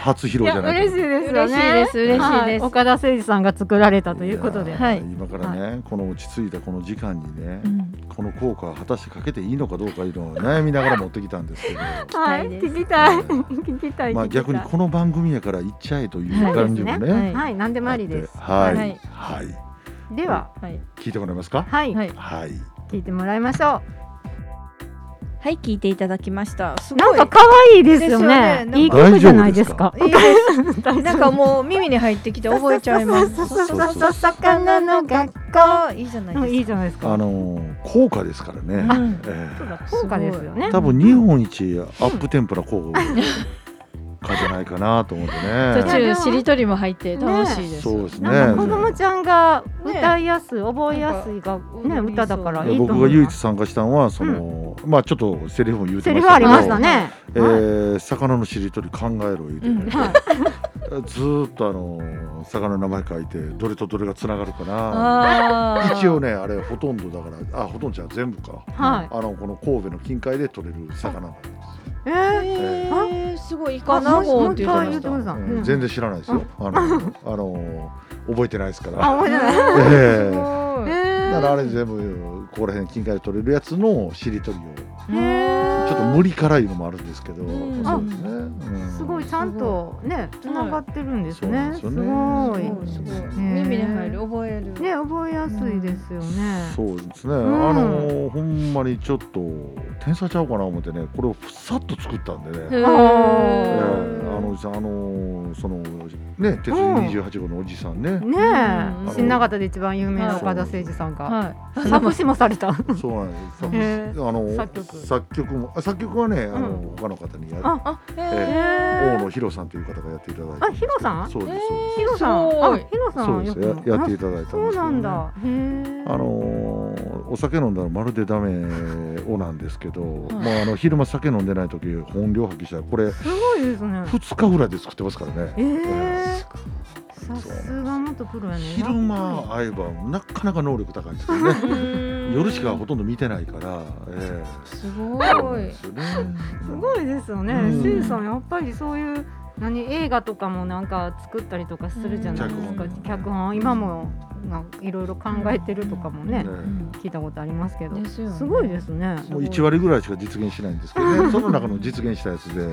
Speaker 3: 初披露
Speaker 2: い
Speaker 3: じ
Speaker 2: や
Speaker 3: ゃない
Speaker 2: 嬉しい
Speaker 3: か
Speaker 2: ですよ
Speaker 4: 嬉し
Speaker 2: ね。
Speaker 4: いです嬉しいです
Speaker 2: は岡田誠二さんが作られた
Speaker 3: な
Speaker 2: ということで。
Speaker 3: や
Speaker 2: は
Speaker 3: ー
Speaker 4: は
Speaker 2: い
Speaker 4: い
Speaker 3: 今からね、この落ち着いたこの時間にね、
Speaker 4: うん
Speaker 3: この効果は果たしてかけていいのかどうかいうのを悩みながら持ってきたんですけど。
Speaker 2: 聞きたい
Speaker 3: えー
Speaker 2: 聞きたい。
Speaker 3: ま
Speaker 2: 聞きた
Speaker 3: あ
Speaker 2: い
Speaker 3: 逆にこの番組やから行っちゃえという
Speaker 4: はい
Speaker 3: 感じもね。
Speaker 4: はい
Speaker 2: はい何でもありです。
Speaker 3: はい
Speaker 4: は
Speaker 3: はいい、
Speaker 2: では
Speaker 4: はい
Speaker 3: 聞いてもらえますか。
Speaker 2: はい
Speaker 4: はい
Speaker 3: はい。
Speaker 2: 聞いてもらいましょ
Speaker 1: はい聞いていただきましたす
Speaker 2: う。な
Speaker 1: ご
Speaker 2: いんか可愛いですよ
Speaker 4: で
Speaker 2: ね。
Speaker 4: すよね
Speaker 2: いい曲じゃないですか。
Speaker 4: いいです
Speaker 2: 大丈夫
Speaker 4: なんかもう耳に入ってきて覚えちゃいます
Speaker 2: そう
Speaker 3: そうそうそう
Speaker 4: 魚の学校いいじゃな
Speaker 2: う
Speaker 4: い
Speaker 2: んい
Speaker 4: で
Speaker 2: いじゃないですか。
Speaker 3: あのー効果ですからね。
Speaker 4: すかうん
Speaker 3: えー
Speaker 2: 効果ですよね。
Speaker 3: 多分日本一アップテンポな効果かじゃないかなと思って
Speaker 4: 途
Speaker 3: ね。
Speaker 4: 中しりとりも入って楽しいです
Speaker 3: そうですね。
Speaker 2: なんか子供ちゃんが歌いやすい、覚えやすいが
Speaker 4: な
Speaker 2: ね
Speaker 4: んか
Speaker 2: 歌だから
Speaker 3: い
Speaker 2: い
Speaker 3: や
Speaker 2: いと
Speaker 3: 僕
Speaker 2: 思
Speaker 3: が
Speaker 2: い
Speaker 3: 唯
Speaker 2: ま
Speaker 3: 一
Speaker 2: す。
Speaker 3: 参加したのはその、まあちょっとセリフも言うて
Speaker 2: セ
Speaker 3: ま
Speaker 2: リ
Speaker 3: し
Speaker 2: フ
Speaker 3: た
Speaker 2: あ
Speaker 3: け
Speaker 2: り
Speaker 3: ど
Speaker 2: ましたね。
Speaker 3: え
Speaker 2: はい
Speaker 3: ー魚のしりとり考えろ言うて、
Speaker 4: うん
Speaker 2: はい
Speaker 3: ずーっとあのー魚の名前書いてどれとどれがつながるかな
Speaker 4: あー
Speaker 3: 一応ねあれほとんどだからあほとんどじゃない全部か
Speaker 2: はい。
Speaker 3: あのこの神戸の近海で取れる魚なんで
Speaker 2: えー
Speaker 4: えーすごいイカ
Speaker 2: あ
Speaker 4: ナゴって言って
Speaker 2: もう
Speaker 4: ま
Speaker 2: 一
Speaker 4: し
Speaker 2: 回言ってく
Speaker 4: た
Speaker 2: ださい
Speaker 3: す、うん全然知らないですよあのあのー覚えてないですから
Speaker 2: あ、覚えてない。
Speaker 3: え
Speaker 4: す
Speaker 3: ー
Speaker 4: ごい
Speaker 2: え
Speaker 3: だからあれ全部ここら辺近海で取れるやつのしりとりを
Speaker 2: えー
Speaker 3: ちょっと無理辛いのもあるんですけど、
Speaker 4: うん
Speaker 3: そうですね、うん
Speaker 2: すごいちゃんとね繋がってるんです
Speaker 3: そうなん
Speaker 2: ね。
Speaker 3: ですすよ
Speaker 2: ごい
Speaker 3: ね。
Speaker 4: すごいすごい
Speaker 2: ね
Speaker 4: 耳に入る覚える
Speaker 2: ね覚えやすいですよね。
Speaker 3: そうですね、
Speaker 2: ん
Speaker 3: あのほんまにちょっと天才ちゃうかな思ってねこれをさっと作ったんでね、
Speaker 4: へー
Speaker 3: え
Speaker 2: あ
Speaker 3: ーあのおじさんあのそのね鉄人28号のおじさんね、
Speaker 2: ね
Speaker 4: うん
Speaker 2: え、新長田で一番有名な岡田誠二さんが
Speaker 4: はい
Speaker 2: 作詞もされた。
Speaker 3: そうなんです、
Speaker 2: へ
Speaker 3: あの
Speaker 2: 作曲
Speaker 3: 作曲もあ作曲はねあの、
Speaker 2: う
Speaker 3: 他の方にやる
Speaker 2: あ
Speaker 4: あへ
Speaker 2: え
Speaker 4: ー
Speaker 3: 大
Speaker 2: ー
Speaker 3: 野博さんという方がやっていただいて
Speaker 2: あ、ヒロさん？ヒ
Speaker 3: そうです、
Speaker 2: ロさん。
Speaker 4: すご
Speaker 2: あ、
Speaker 4: い
Speaker 2: ヒロさん
Speaker 3: そう
Speaker 2: は
Speaker 3: で
Speaker 2: よく
Speaker 3: すそうですややっていただいたんですけど
Speaker 2: そ
Speaker 3: ね
Speaker 2: うなんだ。へえ。
Speaker 3: あのーお酒飲んだらまるでダメをなんですけど、もうあの昼間酒飲んでない時本領発揮したらこれ
Speaker 2: すごいですね。
Speaker 3: 2日ぐらいで作ってますからね、
Speaker 2: ええ。さすが元プロやね。
Speaker 3: 昼間会えばなかなか能力高いですけど ね夜しかほとんど見てないから、え
Speaker 4: すご
Speaker 3: えそうなん
Speaker 4: い
Speaker 3: ですよね
Speaker 2: すごいですよね。
Speaker 3: うん
Speaker 2: シンさんやっぱりそういう何映画とかもなんか作ったりとかするじゃないですか。
Speaker 4: うん
Speaker 2: 脚本今もなんかいろいろ考えてるとかもね、
Speaker 3: うん
Speaker 4: うん
Speaker 2: 聞いたことありますけど。
Speaker 4: ですよね
Speaker 2: すごいですね。
Speaker 3: もう1割ぐらいしか実現しないんですけど ねその中の実現したやつでい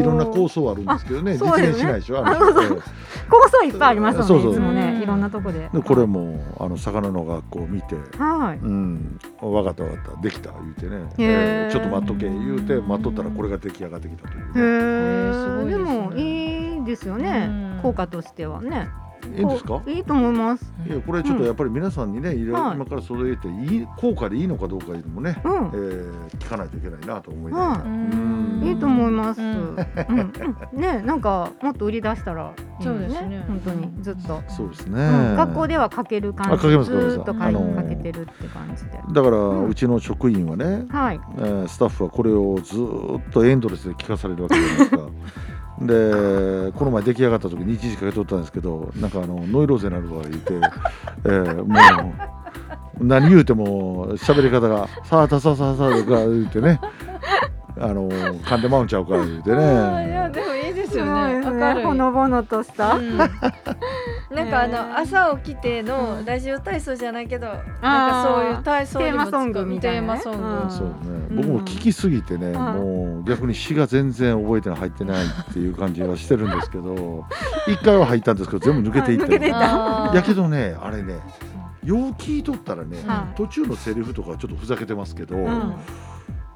Speaker 2: い
Speaker 3: ろんな構
Speaker 2: 想
Speaker 3: 想はあるんですけどね
Speaker 2: あ
Speaker 3: 実
Speaker 2: そうですね
Speaker 3: 現しないでしょ
Speaker 2: あそうそう
Speaker 3: ええ
Speaker 2: 構想いっぱいあります
Speaker 3: そ
Speaker 2: も
Speaker 3: うん
Speaker 2: ね。い
Speaker 3: そう
Speaker 2: つも
Speaker 4: うん
Speaker 2: ね、いろんなとこで。
Speaker 3: でこれもあの魚の学校を見て
Speaker 2: はい。
Speaker 3: うん、分かった分かったできた言うてね、
Speaker 2: へー
Speaker 3: えーちょっと待っとけ言うて待っとったらこれが出来上がってきたと
Speaker 2: へ
Speaker 3: いう、ね、
Speaker 4: へーすごいで
Speaker 2: え。
Speaker 4: すね
Speaker 2: でもいいですよ
Speaker 4: うん
Speaker 2: ね。効果としてはね。
Speaker 3: いいんですか
Speaker 2: こういいと思います。
Speaker 3: いやこれちょっとやっぱり皆さんにね、いろいろ
Speaker 2: はい
Speaker 3: 今から揃えていい効果でいいのかどうかいうのもね、
Speaker 2: う
Speaker 3: え
Speaker 2: ん。
Speaker 3: ー聞かないといけないなと思いながら、
Speaker 2: はい
Speaker 3: うん
Speaker 2: いいと思います。
Speaker 4: う
Speaker 2: うんん、うんね、なんかもっと売り出したらいいよ
Speaker 4: そうですね
Speaker 2: 本当にずっと。
Speaker 3: そうですね、
Speaker 2: うん、学校ではかける
Speaker 3: あ
Speaker 2: 感
Speaker 3: か
Speaker 2: じ。
Speaker 3: け
Speaker 2: ず
Speaker 3: ますかけます
Speaker 2: ーっとか
Speaker 4: あ
Speaker 2: い
Speaker 4: のー
Speaker 2: かけてるって感じで。
Speaker 3: だから、
Speaker 2: う
Speaker 3: うんちの職員はね、
Speaker 2: はい。
Speaker 3: えースタッフはこれをずーっとエンドレスで聞かされるわけじゃないですかでこの前出来上がった時に一時かけとったんですけどなんかあのノイローゼになるわ言って、えーも何言うても喋り方が「さあたさあさあさあ」とか言ってねあの噛んでまうんちゃうか言うて
Speaker 4: あーいや
Speaker 3: ね
Speaker 4: でもいいです
Speaker 2: す
Speaker 4: よ
Speaker 2: ご
Speaker 4: ね。
Speaker 2: いです
Speaker 4: 明る
Speaker 2: ね
Speaker 4: い
Speaker 2: ほのぼのとした、
Speaker 4: うんなんかあ
Speaker 2: ね
Speaker 4: の朝起きて
Speaker 2: う
Speaker 4: の
Speaker 2: ん
Speaker 4: ラジオ体操じゃないけど、なんかそういう体操にも
Speaker 2: テーマソングみたいなね
Speaker 4: テーマソン
Speaker 2: うん
Speaker 4: グ。
Speaker 3: そうね僕も聞きすぎてねもう逆に詩が全然覚えてない入ってないっていう感じはしてるんですけど一回は入ったんですけど全部抜けてい
Speaker 2: あ抜けて
Speaker 3: っ
Speaker 2: いった
Speaker 4: あー
Speaker 3: やけどねあれねよう聞いとったらね
Speaker 2: は
Speaker 3: 途中のセリフとかちょっとふざけてますけど、
Speaker 2: うん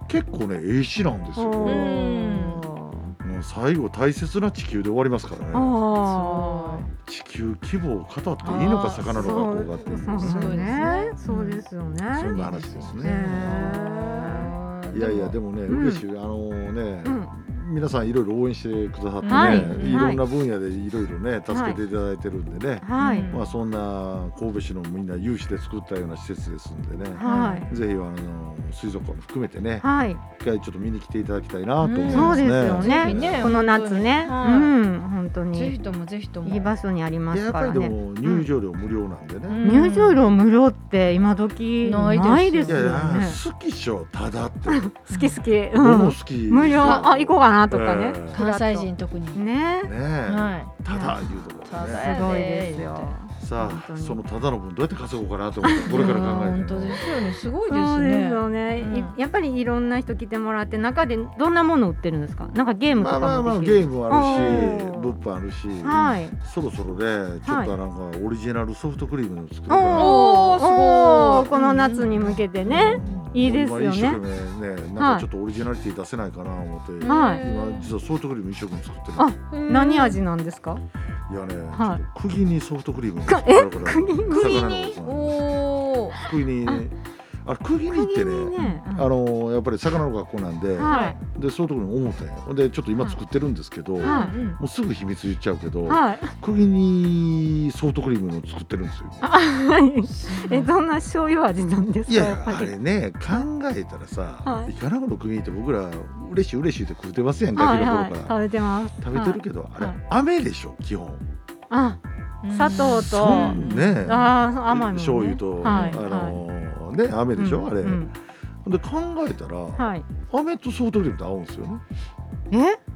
Speaker 3: 結構ねええ詩なんですよ、
Speaker 2: お
Speaker 3: も
Speaker 2: ー
Speaker 3: う最後大切な地球で終わりますからね
Speaker 2: あー
Speaker 3: 地球規模を語っていいのか
Speaker 4: あー
Speaker 3: 魚の学校がっていう
Speaker 2: そう
Speaker 4: す
Speaker 2: そ
Speaker 4: ご
Speaker 2: う
Speaker 4: いです
Speaker 2: ね
Speaker 4: ね
Speaker 2: そうですよね、
Speaker 3: そんな話ですね
Speaker 2: へ
Speaker 4: ー
Speaker 3: いやいやでもね、
Speaker 2: うん
Speaker 3: 嬉しいあのね、
Speaker 2: うん
Speaker 3: 皆さんいろいろ応援してくださってね、
Speaker 2: はい
Speaker 3: い
Speaker 2: はい
Speaker 3: ろんな分野でいろいろね助けていただいてるんでね、
Speaker 2: はい、
Speaker 4: うん
Speaker 3: まあそんな神戸市のみんな有志で作ったような施設ですんでね、
Speaker 2: はい
Speaker 3: ぜひあの水族館も含めてね
Speaker 2: はい
Speaker 3: 一回ちょっと見に来ていただきたいなと思いますね。
Speaker 2: そうですよ
Speaker 4: ぜひね
Speaker 2: ね。この夏ね、
Speaker 4: 本
Speaker 2: う
Speaker 4: 当に
Speaker 2: ん、本当
Speaker 4: ぜひ
Speaker 2: に
Speaker 4: ともぜひとも。
Speaker 2: いい場所にありま
Speaker 3: いやや
Speaker 2: す
Speaker 3: っ
Speaker 2: か
Speaker 3: ぱ
Speaker 2: ら
Speaker 3: り
Speaker 2: ね。
Speaker 3: でも入場料無料なんでね、
Speaker 4: うん
Speaker 2: 入場料無料って今時
Speaker 4: ないですよ
Speaker 2: ないで
Speaker 3: い
Speaker 2: す
Speaker 3: やい
Speaker 2: よ
Speaker 3: や
Speaker 2: ね。
Speaker 3: 好きっしょただって
Speaker 2: 好き好き、
Speaker 3: 僕
Speaker 2: う
Speaker 3: も
Speaker 2: ん、
Speaker 3: 好き
Speaker 2: 無料あ行こうかなとかね。
Speaker 3: え
Speaker 4: 関西人特に。
Speaker 2: ね、
Speaker 3: ねえ、
Speaker 4: は
Speaker 3: ただいうところ
Speaker 4: た
Speaker 3: ね
Speaker 4: だ
Speaker 2: すごいですよ。
Speaker 3: さ
Speaker 2: 本当
Speaker 3: あ
Speaker 2: に
Speaker 3: そのただの分どうやって稼ごうかなと思って
Speaker 4: い。
Speaker 3: これから
Speaker 4: いや
Speaker 3: 考え
Speaker 4: 本
Speaker 3: て
Speaker 4: 当
Speaker 3: ね、
Speaker 4: ですよね。すごいで
Speaker 2: そ
Speaker 4: す
Speaker 2: うです
Speaker 4: ね。
Speaker 2: よね、い
Speaker 4: うん
Speaker 2: やっぱりいろんな人来てもらって中でどんなもの売ってるんですかなんかゲームと
Speaker 3: まあま
Speaker 2: か
Speaker 3: あま
Speaker 2: も
Speaker 3: あ
Speaker 2: で
Speaker 3: ゲ
Speaker 2: きる
Speaker 3: ームあるし
Speaker 2: おー
Speaker 3: 物販あるし、
Speaker 2: はい
Speaker 3: そろそろねちょっとなんかオリジナルソフトクリームを作るか
Speaker 2: お
Speaker 3: ら、
Speaker 2: お
Speaker 4: すごい
Speaker 2: ーこの夏に向けてね、いいですよね
Speaker 3: 今一生懸命ねなんかちょっとオリジナリティ出せないかな思って、
Speaker 2: はい
Speaker 3: 今実はソフトクリーム一生懸命作ってる
Speaker 2: あ
Speaker 4: うん
Speaker 2: 何味なんですか
Speaker 3: いやね、
Speaker 2: はい
Speaker 3: ちょっと釘にソフトクリームを
Speaker 2: か
Speaker 3: 作るから
Speaker 2: 釘に
Speaker 3: 魚のことなんです
Speaker 4: おお。
Speaker 3: 釘にねあれ釘にってねあ
Speaker 2: は
Speaker 3: のやっぱり魚の学校なんで、
Speaker 2: はい
Speaker 3: でそういうところに思ったんよでちょっと今作ってるんですけど、
Speaker 2: はい
Speaker 3: も
Speaker 2: は
Speaker 3: うすぐ秘密言っちゃうけ
Speaker 2: い、
Speaker 3: ど、
Speaker 2: はい
Speaker 3: 釘にソフトクリームを作ってるんですよ。
Speaker 2: はい。え、どんな醤油味なんですか。
Speaker 3: い
Speaker 2: や
Speaker 3: や
Speaker 2: っぱり
Speaker 3: あれね考えたらさ、
Speaker 2: はい
Speaker 3: イカナゴの釘って僕ら嬉しい嬉しいって食うてますやんガ
Speaker 2: は
Speaker 3: キ
Speaker 2: い
Speaker 3: の
Speaker 2: は
Speaker 3: 頃
Speaker 2: い。
Speaker 3: から、
Speaker 2: 食べてます。
Speaker 3: 食べてるけど、あれ、
Speaker 2: はい
Speaker 3: 飴でしょ基本
Speaker 2: はい。あ、砂糖と。
Speaker 3: そ
Speaker 2: あ
Speaker 3: んね
Speaker 2: ー、甘いもんね。
Speaker 3: 醤油
Speaker 2: はい
Speaker 3: と、あのーね飴でしょ、
Speaker 2: うん
Speaker 3: あれ、
Speaker 2: うん
Speaker 3: で考えたら、
Speaker 2: はい。
Speaker 3: 飴とソフトクリームって合うんですよね
Speaker 2: え、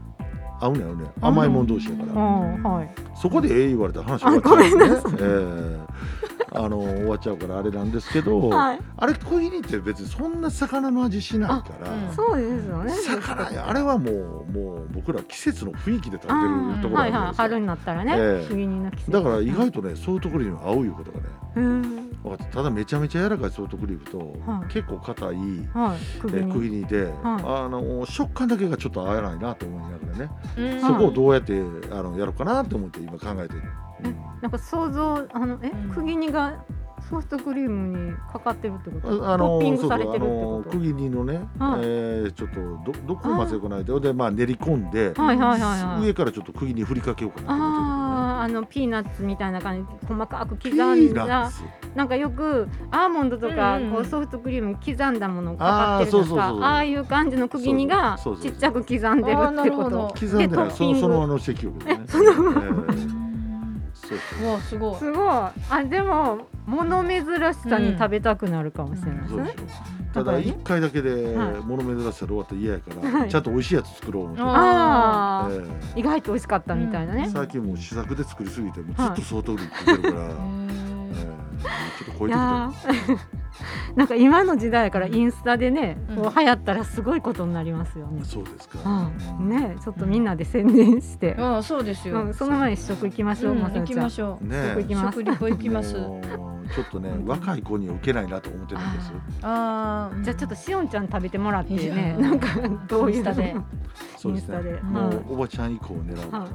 Speaker 3: 合うね合うね甘いもん同士やか
Speaker 2: う
Speaker 3: ら、
Speaker 2: ん、はい。
Speaker 3: そこでええ言われたら話終わっちゃうから
Speaker 2: あごめんなさい
Speaker 3: ええあのー終わっちゃうからあれなんですけど、
Speaker 2: はい。
Speaker 3: あれ小切りって別にそんな魚の味しないから、
Speaker 4: あうん
Speaker 2: そうですよね。
Speaker 3: 魚やあれ はもうもう僕ら季節の雰囲気で食べて
Speaker 2: あ
Speaker 3: ると
Speaker 2: ー
Speaker 3: ころ
Speaker 2: は
Speaker 3: ない
Speaker 2: はい、
Speaker 3: ん
Speaker 2: 春
Speaker 3: です
Speaker 2: になったらね、
Speaker 3: ええ
Speaker 2: 次にの季節。
Speaker 3: よだから意外とねソフトクリーム合ういうことがね
Speaker 2: うん。
Speaker 3: 分かったただめちゃめちゃ柔らかいソフトクリームと、
Speaker 2: はい
Speaker 3: 結構硬い
Speaker 2: はい。
Speaker 3: え
Speaker 2: 首
Speaker 3: ー、区
Speaker 2: に。
Speaker 3: 切りで、あの食感だけがちょっと合わないなと思いながらね、
Speaker 4: うん
Speaker 3: そこをどうやってあのやろうかなと思って今考えてる、
Speaker 2: なんか想像、あの、え
Speaker 4: う、ん
Speaker 2: 釘にが。ソフトクリームにかかってるってこと。
Speaker 3: うんあ
Speaker 2: トッ
Speaker 3: の
Speaker 2: ピン
Speaker 3: ー
Speaker 2: グ
Speaker 3: そう
Speaker 2: されてるって
Speaker 3: あの
Speaker 2: こ
Speaker 3: ー区切りのね、
Speaker 2: はい
Speaker 3: えーちょっとどどこまで混ぜないでで、まあ、練り込んで、
Speaker 2: と。はいはいはいはい。
Speaker 3: 上からちょっと区切りに振りかけようかなと思って
Speaker 2: あああのピーナッツみたいな感じで細かく刻
Speaker 3: るけどねピ
Speaker 2: ん
Speaker 3: ーナッ
Speaker 2: だ
Speaker 3: ツ
Speaker 2: なんかよくアーモンドとか、
Speaker 4: うんうんうん
Speaker 2: こうソフトクリームに刻んだものをかかってると
Speaker 3: あーそうそう
Speaker 2: か
Speaker 3: そうそう
Speaker 2: ああいう感じの釘にが
Speaker 3: そうそう
Speaker 2: ち
Speaker 3: そう
Speaker 2: っちゃく刻んでる
Speaker 4: あー
Speaker 2: っ
Speaker 4: な
Speaker 2: て
Speaker 4: る
Speaker 2: こ
Speaker 4: ほど
Speaker 2: と
Speaker 3: 刻んでない
Speaker 2: で
Speaker 3: そのそのままのしてきようけど ね、えーそう
Speaker 4: うわすごい。
Speaker 2: すごいあでも物珍しさに食べたくなるかもしれないです
Speaker 3: そうそうでし
Speaker 2: ね、
Speaker 3: ょただ一回だけで
Speaker 2: はい
Speaker 3: 物珍しさで終わったら嫌やから、
Speaker 2: はい
Speaker 3: ちゃんと美味しいやつ作ろう思って、
Speaker 4: あ
Speaker 2: ああ、
Speaker 3: えー
Speaker 2: 意外と美味しかったみたいなね、
Speaker 3: 最近もう試作で作りすぎてもうずっと相当力食ってるから、え
Speaker 4: へ
Speaker 3: ーちょっと超え
Speaker 2: い
Speaker 3: てきた
Speaker 2: やー なんか今の時代からインスタでね、
Speaker 4: うん
Speaker 2: こう流行ったらすごいことになりますよね。
Speaker 3: そうですか、
Speaker 2: うん、ねちょっとみんなで宣伝して
Speaker 4: ー、ああそうですよ。
Speaker 2: うん、その前に試食行きましょう、
Speaker 4: うん
Speaker 2: まさ
Speaker 4: 行
Speaker 2: み
Speaker 4: き
Speaker 2: ちゃん
Speaker 4: ましょう。
Speaker 3: ね
Speaker 2: 食行きます
Speaker 4: 食リポ行き ます。
Speaker 3: もうちょっとね若い子には受けないなと思ってるんですよ
Speaker 4: ああ
Speaker 2: じゃあちょっ
Speaker 4: と
Speaker 2: としおんちゃん食べてもらって
Speaker 4: いや
Speaker 2: ねなんかどうい
Speaker 4: イン
Speaker 2: うの
Speaker 4: スタで
Speaker 3: そうですね
Speaker 2: インスタで
Speaker 3: も
Speaker 2: はいう
Speaker 3: おばちゃん以降を狙おうかなと思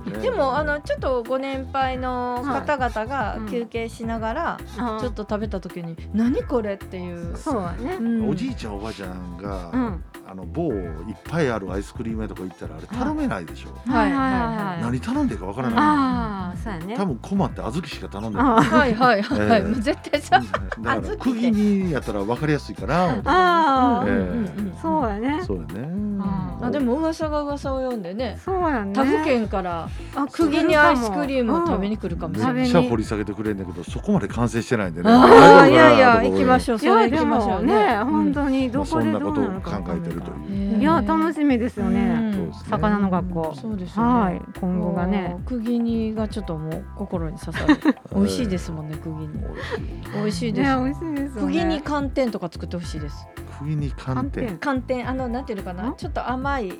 Speaker 3: ってね
Speaker 4: でもあのちょっとご年配の方々
Speaker 2: い
Speaker 4: が
Speaker 2: うん
Speaker 4: 休憩しながら
Speaker 2: あー
Speaker 4: ちょっと食べた時に何これっていう。
Speaker 2: そうだね
Speaker 4: うん
Speaker 3: おじいちゃんおばあちゃんが、
Speaker 2: うん
Speaker 3: ああの某いっぱいあるアイスクリーム屋とか行ったらあれ頼めないでしょ、
Speaker 4: はい
Speaker 2: はいはい
Speaker 4: はい
Speaker 3: 何頼んでいいかわからな
Speaker 2: ああ、そうや
Speaker 3: い
Speaker 2: ね。
Speaker 3: 多分困って小豆しか頼んでない
Speaker 2: あ
Speaker 4: はいはいはい、
Speaker 3: ええ
Speaker 4: もう絶対そ
Speaker 3: だ
Speaker 4: う。
Speaker 3: から
Speaker 4: 小豆
Speaker 3: 釘にやったら分かりやすいから
Speaker 2: あ
Speaker 3: え
Speaker 2: ー、
Speaker 3: え
Speaker 2: そうやね。
Speaker 3: そうだね
Speaker 2: あ
Speaker 4: あでも噂が噂を読んでね
Speaker 2: そうやね。
Speaker 4: 他府県から
Speaker 2: あ、
Speaker 4: 釘にアイスクリームを食べに
Speaker 2: 来
Speaker 4: 来るかもしれない、
Speaker 2: 食べ
Speaker 3: めっ
Speaker 2: に
Speaker 3: ちゃ掘り下げてくれんだけどそこまで完成してないんでね
Speaker 4: ああいやいや行きま
Speaker 3: ょ
Speaker 4: しょう
Speaker 2: い
Speaker 4: そ
Speaker 2: や
Speaker 4: れ
Speaker 2: で
Speaker 4: 行きましょ
Speaker 2: も
Speaker 4: う
Speaker 2: ね、
Speaker 4: うん
Speaker 2: 本当にどこ
Speaker 3: そ
Speaker 2: で
Speaker 3: んな
Speaker 2: ど
Speaker 3: こ
Speaker 2: う
Speaker 3: とを
Speaker 2: なる
Speaker 3: 考
Speaker 2: かわか
Speaker 3: え
Speaker 2: んな
Speaker 3: て
Speaker 2: い
Speaker 3: る
Speaker 2: か
Speaker 3: と
Speaker 2: ら。
Speaker 3: いう、
Speaker 4: ええ
Speaker 2: いや楽しみですよね。
Speaker 3: そうですね
Speaker 2: 魚の学校。
Speaker 4: そうですよね
Speaker 2: はい、今後がね
Speaker 4: も。う釘にがちょっともう心に刺さる美味しいですもんね釘に
Speaker 3: 美味しい
Speaker 4: 美味しい
Speaker 2: ね、
Speaker 4: です、
Speaker 2: 美味しいですよね。
Speaker 4: 釘に寒天とか作ってほしいです
Speaker 3: 釘に寒天
Speaker 4: 寒天あのなんていうのかなんちょっと甘い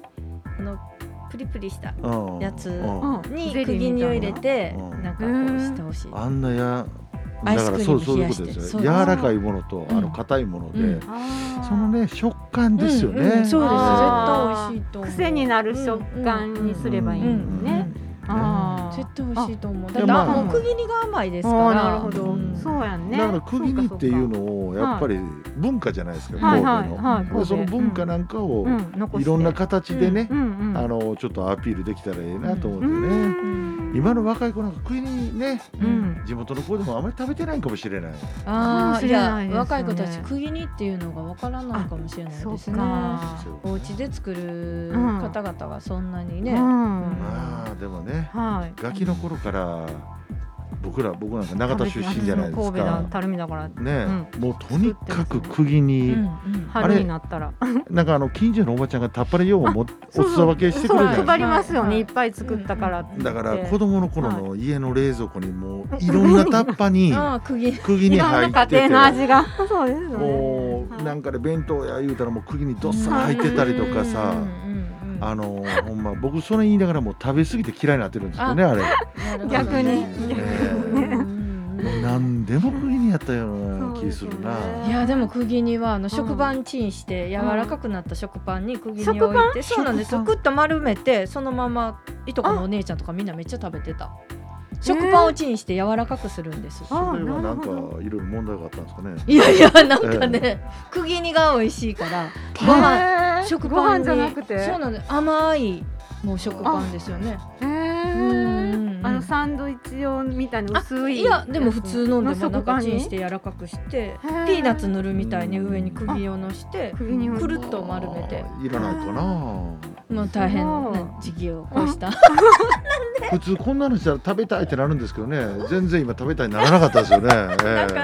Speaker 4: あのプリプリした
Speaker 3: うん
Speaker 4: やつ
Speaker 3: うん
Speaker 2: うん
Speaker 4: に
Speaker 2: ゼリーみた
Speaker 4: 釘
Speaker 2: い
Speaker 4: に
Speaker 2: な
Speaker 4: を入れて
Speaker 3: うん
Speaker 4: なんかこうしてほしい
Speaker 3: あんなや
Speaker 4: ア
Speaker 3: だ
Speaker 4: イ
Speaker 3: か
Speaker 4: スク
Speaker 3: ら
Speaker 4: リーム
Speaker 3: そうそういうことで
Speaker 4: 冷
Speaker 3: す
Speaker 4: やしてそ
Speaker 3: よ
Speaker 4: う
Speaker 3: 柔らかいものと
Speaker 4: うん
Speaker 3: あの硬いもので、
Speaker 4: うん
Speaker 2: あー
Speaker 3: その。ね食感ですよね、
Speaker 4: うんうんそうです
Speaker 2: あー
Speaker 4: 絶対美味しいと思う
Speaker 2: 癖になる食感にすればいいのに
Speaker 4: うんうん
Speaker 2: ね。あー
Speaker 4: 絶対美味しいと思うだ
Speaker 3: い
Speaker 4: っ
Speaker 3: や
Speaker 4: てあ
Speaker 3: まあ
Speaker 4: もう釘にが甘いですから
Speaker 2: あーなるほど、
Speaker 4: うん
Speaker 2: そうやんね
Speaker 3: だから釘にっていうのを
Speaker 2: そうか
Speaker 3: やっぱり文化じゃないですか
Speaker 2: はい
Speaker 3: 神戸
Speaker 2: はい
Speaker 3: の。
Speaker 2: はい
Speaker 4: 神戸
Speaker 3: でその文化
Speaker 2: の、
Speaker 3: なんかを
Speaker 2: うんうん、残して
Speaker 3: いろんな形でね
Speaker 2: う、んうん
Speaker 3: あのちょっとアピールできたらええなと思
Speaker 2: う
Speaker 3: うんでね、
Speaker 2: ん
Speaker 3: 今の若い子なんか食いにね
Speaker 2: うん
Speaker 3: 地元の子でもあまり食べてないかもしれない、
Speaker 4: あ
Speaker 2: かも
Speaker 4: あ
Speaker 2: し
Speaker 4: い
Speaker 2: れな
Speaker 4: や
Speaker 2: いですよね
Speaker 4: 若い子たち釘にっていうのがわからないかもしれない
Speaker 2: そう
Speaker 4: ですね
Speaker 2: か
Speaker 3: そう
Speaker 4: お家で作る
Speaker 2: うん
Speaker 4: 方々はそんなにね、
Speaker 2: うん
Speaker 3: まあでもね
Speaker 2: はい
Speaker 3: ガキの頃から僕ら僕なんか永田出身じゃないです
Speaker 2: 神戸だ
Speaker 3: か
Speaker 2: 垂水だから
Speaker 3: ね、
Speaker 2: う
Speaker 3: もうとにかく釘
Speaker 4: う
Speaker 3: に、
Speaker 4: んうん
Speaker 3: あれ
Speaker 2: 春になったら
Speaker 3: なんかあの近所のおばちゃんがたっぱり用をもお
Speaker 2: そうそう
Speaker 3: 裾分けしてく
Speaker 2: そ
Speaker 3: れ
Speaker 2: う
Speaker 3: るじゃな
Speaker 2: 配
Speaker 3: い
Speaker 2: りますよ
Speaker 4: はい
Speaker 2: ねいっぱい作ったからって
Speaker 3: だから子
Speaker 2: 子
Speaker 3: 供の頃の家の冷蔵庫にもういろんなタッパに
Speaker 4: ああ釘
Speaker 3: 釘に
Speaker 2: いろん
Speaker 3: 入って
Speaker 2: な
Speaker 3: て
Speaker 2: 家庭の味がそうですよね
Speaker 3: も
Speaker 2: は
Speaker 3: う
Speaker 2: い
Speaker 3: なんかで弁当や言うたらもう釘にどっさり入ってたりとかさ
Speaker 4: うんうんうんうん
Speaker 3: あのほんま僕それ言いながらもう食べ過ぎて嫌いになってるんですよねあれ
Speaker 4: なるほど
Speaker 2: 逆に
Speaker 3: ね
Speaker 4: うんうん
Speaker 3: 何でも釘にやったような気するな
Speaker 2: そうですよね
Speaker 4: いやでも釘にはあの食パンチンして柔らかくなった食パンに釘に置い
Speaker 2: 食
Speaker 4: てそうなんです
Speaker 3: 食
Speaker 4: よ
Speaker 3: パ
Speaker 4: くっと丸めてそのままいとこのお姉ちゃんとかみんなめっちゃ食べてた食パンをチンして柔らかくするんです
Speaker 3: そ
Speaker 2: あ
Speaker 3: れはなんか
Speaker 2: ないる
Speaker 3: ろ
Speaker 2: ほ
Speaker 3: いろ問題があったんですかね
Speaker 4: いやいやなんかね釘にが美味しいからご飯
Speaker 2: へー
Speaker 4: 食
Speaker 2: ご
Speaker 4: パン
Speaker 2: 飯
Speaker 4: に
Speaker 2: じゃなくて
Speaker 4: そうなんです甘いもう食パンですよね
Speaker 2: へー
Speaker 4: うんうんうん
Speaker 2: あのサンドイッチ用みたいな薄い
Speaker 4: いやでも普通のんでも
Speaker 2: の
Speaker 4: 中
Speaker 2: 食パンに
Speaker 4: チンして柔らかくして
Speaker 2: ピ
Speaker 4: ピーナッツ塗るみたいに上に釘をのして
Speaker 2: 首に
Speaker 4: くるっと丸めて
Speaker 3: いらないかな
Speaker 4: もう大変な時期を越した
Speaker 3: 普通こんなのしたら食べたいってなるんですけどね全然今食べたいにならなかったですよね、え
Speaker 4: か
Speaker 3: え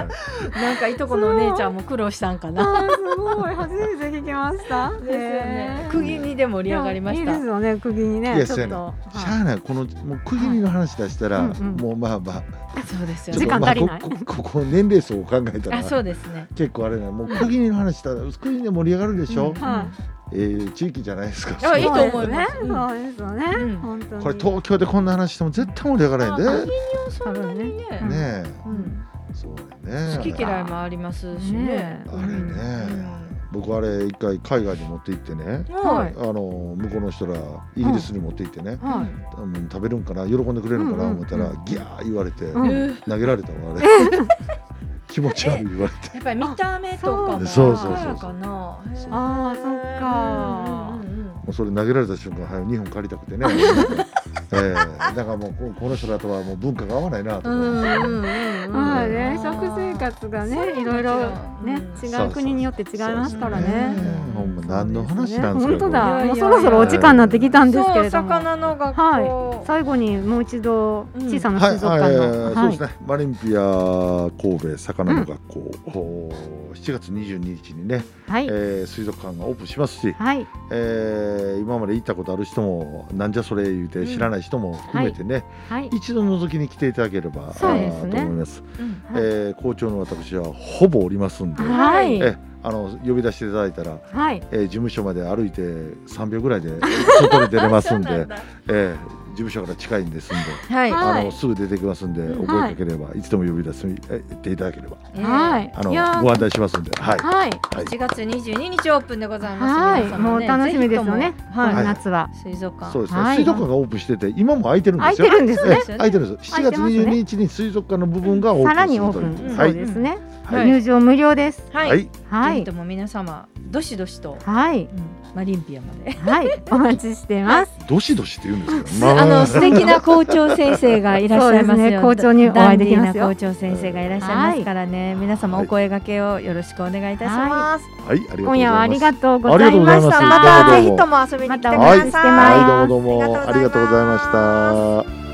Speaker 4: なんかいとこのお姉ちゃんも苦労したんかな。
Speaker 2: あーすごい初めて聞きました。
Speaker 4: ですよね。
Speaker 2: へー
Speaker 4: 釘にで盛り上がりまし
Speaker 2: い
Speaker 4: た。
Speaker 2: やいいですよね、釘に
Speaker 3: い
Speaker 2: ね。
Speaker 3: や
Speaker 2: ちょっと。
Speaker 3: しゃあないこのもう区切りの話出したら、
Speaker 2: はいうんうん
Speaker 3: もうまあまあ
Speaker 4: そうです
Speaker 3: ちょ
Speaker 4: よ
Speaker 3: っ
Speaker 4: ね。
Speaker 2: 時
Speaker 3: と
Speaker 2: 間足りない
Speaker 3: まあ、ここここ年齢層を考えたら
Speaker 4: あ、そうですね。
Speaker 3: 結構あれだねもう区切りの話したら区切りで盛り上がるでしょ、
Speaker 4: うん
Speaker 2: は
Speaker 3: えー地域じゃないですか
Speaker 4: あいいと思います
Speaker 2: そうですね。
Speaker 4: うん
Speaker 2: そうですよね。
Speaker 4: うん
Speaker 2: 本当に。
Speaker 3: これ東京でこんな話しても絶対盛り上がらない
Speaker 4: あ
Speaker 3: ん
Speaker 4: 釘
Speaker 3: で
Speaker 4: にをそんなにね。
Speaker 2: 多分ね
Speaker 3: ね
Speaker 4: うん
Speaker 3: えそうだね
Speaker 4: 好き嫌いもありますしね
Speaker 2: ね。
Speaker 3: あれね、
Speaker 4: うん
Speaker 3: 僕あれ一回海外に持って行ってね
Speaker 2: は
Speaker 3: あの向こうの人らイギリスに持って行ってね、
Speaker 2: は
Speaker 3: うん食べるんかな喜んでくれるんかな
Speaker 2: うんうん
Speaker 3: 思ったら、ギャー言われて、
Speaker 2: うん
Speaker 4: うん
Speaker 3: 投げられたわあ れ気持ち悪い言われて
Speaker 4: やっぱり見た目とかも
Speaker 3: そうそうそうそう
Speaker 4: やかな。へー
Speaker 2: あーそっか
Speaker 4: うんうんうん
Speaker 3: もうそれ投げられた瞬間はい2本借りたく てねええだからもうここの人らとはもう文化が合わないなと
Speaker 4: うん
Speaker 3: 思って、
Speaker 4: うんうんうん
Speaker 2: い。まあね、食生活が
Speaker 4: そう
Speaker 2: ね、
Speaker 4: です
Speaker 2: い
Speaker 4: よ
Speaker 2: ろいろね、
Speaker 4: う
Speaker 2: 違う国によって違いますからね。
Speaker 3: えほんま何の話なんですか
Speaker 2: 本当
Speaker 4: こ
Speaker 2: だ。
Speaker 4: れ
Speaker 2: もうそろそろお時間になってきたんですけ
Speaker 4: そう
Speaker 2: れども。
Speaker 4: 魚の学
Speaker 2: は
Speaker 4: 校
Speaker 2: い。。最後にもう一度
Speaker 4: うん
Speaker 2: 小さな
Speaker 3: はい、
Speaker 2: 水族
Speaker 3: は
Speaker 2: 館
Speaker 3: いえ
Speaker 2: の。
Speaker 3: ーそうですね、マリンピア神戸魚の学校、おー7月22日にね、
Speaker 2: はい。はい。
Speaker 3: えー水族館がオープンしますし、
Speaker 2: はい。
Speaker 3: えー今まで行ったことある人もなんじゃそれ言うて知らない人も含めてね、
Speaker 2: はい。
Speaker 3: 一度覗きに来ていただければ、
Speaker 2: そうですね
Speaker 3: あーと思います、
Speaker 4: うん
Speaker 3: えー校長の私はほぼおりますんで、
Speaker 2: はい
Speaker 3: えあの呼び出していただいたら、
Speaker 2: はい。
Speaker 3: えー事務所まで歩いて3秒ぐらいで 外に出れますん
Speaker 4: そうな
Speaker 3: で
Speaker 4: だ
Speaker 3: えー事務所から近いんですんで、
Speaker 4: はい。
Speaker 2: はい
Speaker 3: あのすぐ出てきますんで
Speaker 4: うん
Speaker 3: 覚えかければ、い、つでも呼び出すえーっていただければ
Speaker 2: はい。
Speaker 3: あの
Speaker 2: いやー
Speaker 3: ご案内しますんではい、
Speaker 2: はい。
Speaker 3: はい
Speaker 4: 1月22日オープンでございま
Speaker 2: は
Speaker 4: す。
Speaker 2: い、
Speaker 4: 皆
Speaker 2: も
Speaker 4: 様
Speaker 2: う
Speaker 4: ね
Speaker 2: 楽しみですよね
Speaker 4: ぜ。ひとも
Speaker 2: こ
Speaker 4: は
Speaker 2: の
Speaker 4: い。
Speaker 2: 夏は。
Speaker 4: 水族館。
Speaker 3: そうですね、
Speaker 2: はい
Speaker 3: 水族館がオープンしてて今も空いてるんで
Speaker 2: 空い
Speaker 3: すよ
Speaker 2: てるんです
Speaker 3: え
Speaker 2: ね。
Speaker 4: すよね
Speaker 3: 空いてるんです。7月
Speaker 2: 空いてますね
Speaker 3: 22日にに水族館の部分がオー
Speaker 2: さらに
Speaker 3: プ
Speaker 2: オ
Speaker 3: ン
Speaker 2: ー
Speaker 3: す
Speaker 2: プ
Speaker 3: るという。
Speaker 2: ン。
Speaker 3: は
Speaker 2: そう
Speaker 3: い、
Speaker 2: ですね。
Speaker 3: はい
Speaker 2: 入場無料です。
Speaker 4: は
Speaker 3: はい、
Speaker 2: は
Speaker 4: ぜひ
Speaker 2: い
Speaker 4: と。も皆様どしどしと、
Speaker 2: はい。
Speaker 4: うん、マリンピアまで。
Speaker 2: はい。お待ちしてます。
Speaker 3: どしどしって言うんですけど、
Speaker 4: あの素敵な校長先生がいらっしゃい ます
Speaker 2: そうです
Speaker 4: よ。
Speaker 2: ね校長にお会いできますよ
Speaker 4: ダンディーな校長先生がいらっしゃいますからね。皆様お声掛けをよろしくお願いいたします。
Speaker 3: はい、ありがとうございます。
Speaker 2: 今夜はありが
Speaker 3: と
Speaker 2: とうございまし
Speaker 3: ありがとうござい
Speaker 2: た。
Speaker 3: ます
Speaker 1: またぜひとも遊びに来てくだ
Speaker 2: また
Speaker 1: さい。
Speaker 2: お待ちしてます
Speaker 3: はい、どうもどうも、あ
Speaker 1: あ
Speaker 3: り
Speaker 1: り
Speaker 3: が
Speaker 1: が
Speaker 3: と
Speaker 1: と
Speaker 3: う
Speaker 1: うご
Speaker 3: ござ
Speaker 1: ざ
Speaker 3: い
Speaker 1: い
Speaker 3: ま
Speaker 1: ま
Speaker 3: し
Speaker 1: す
Speaker 3: た。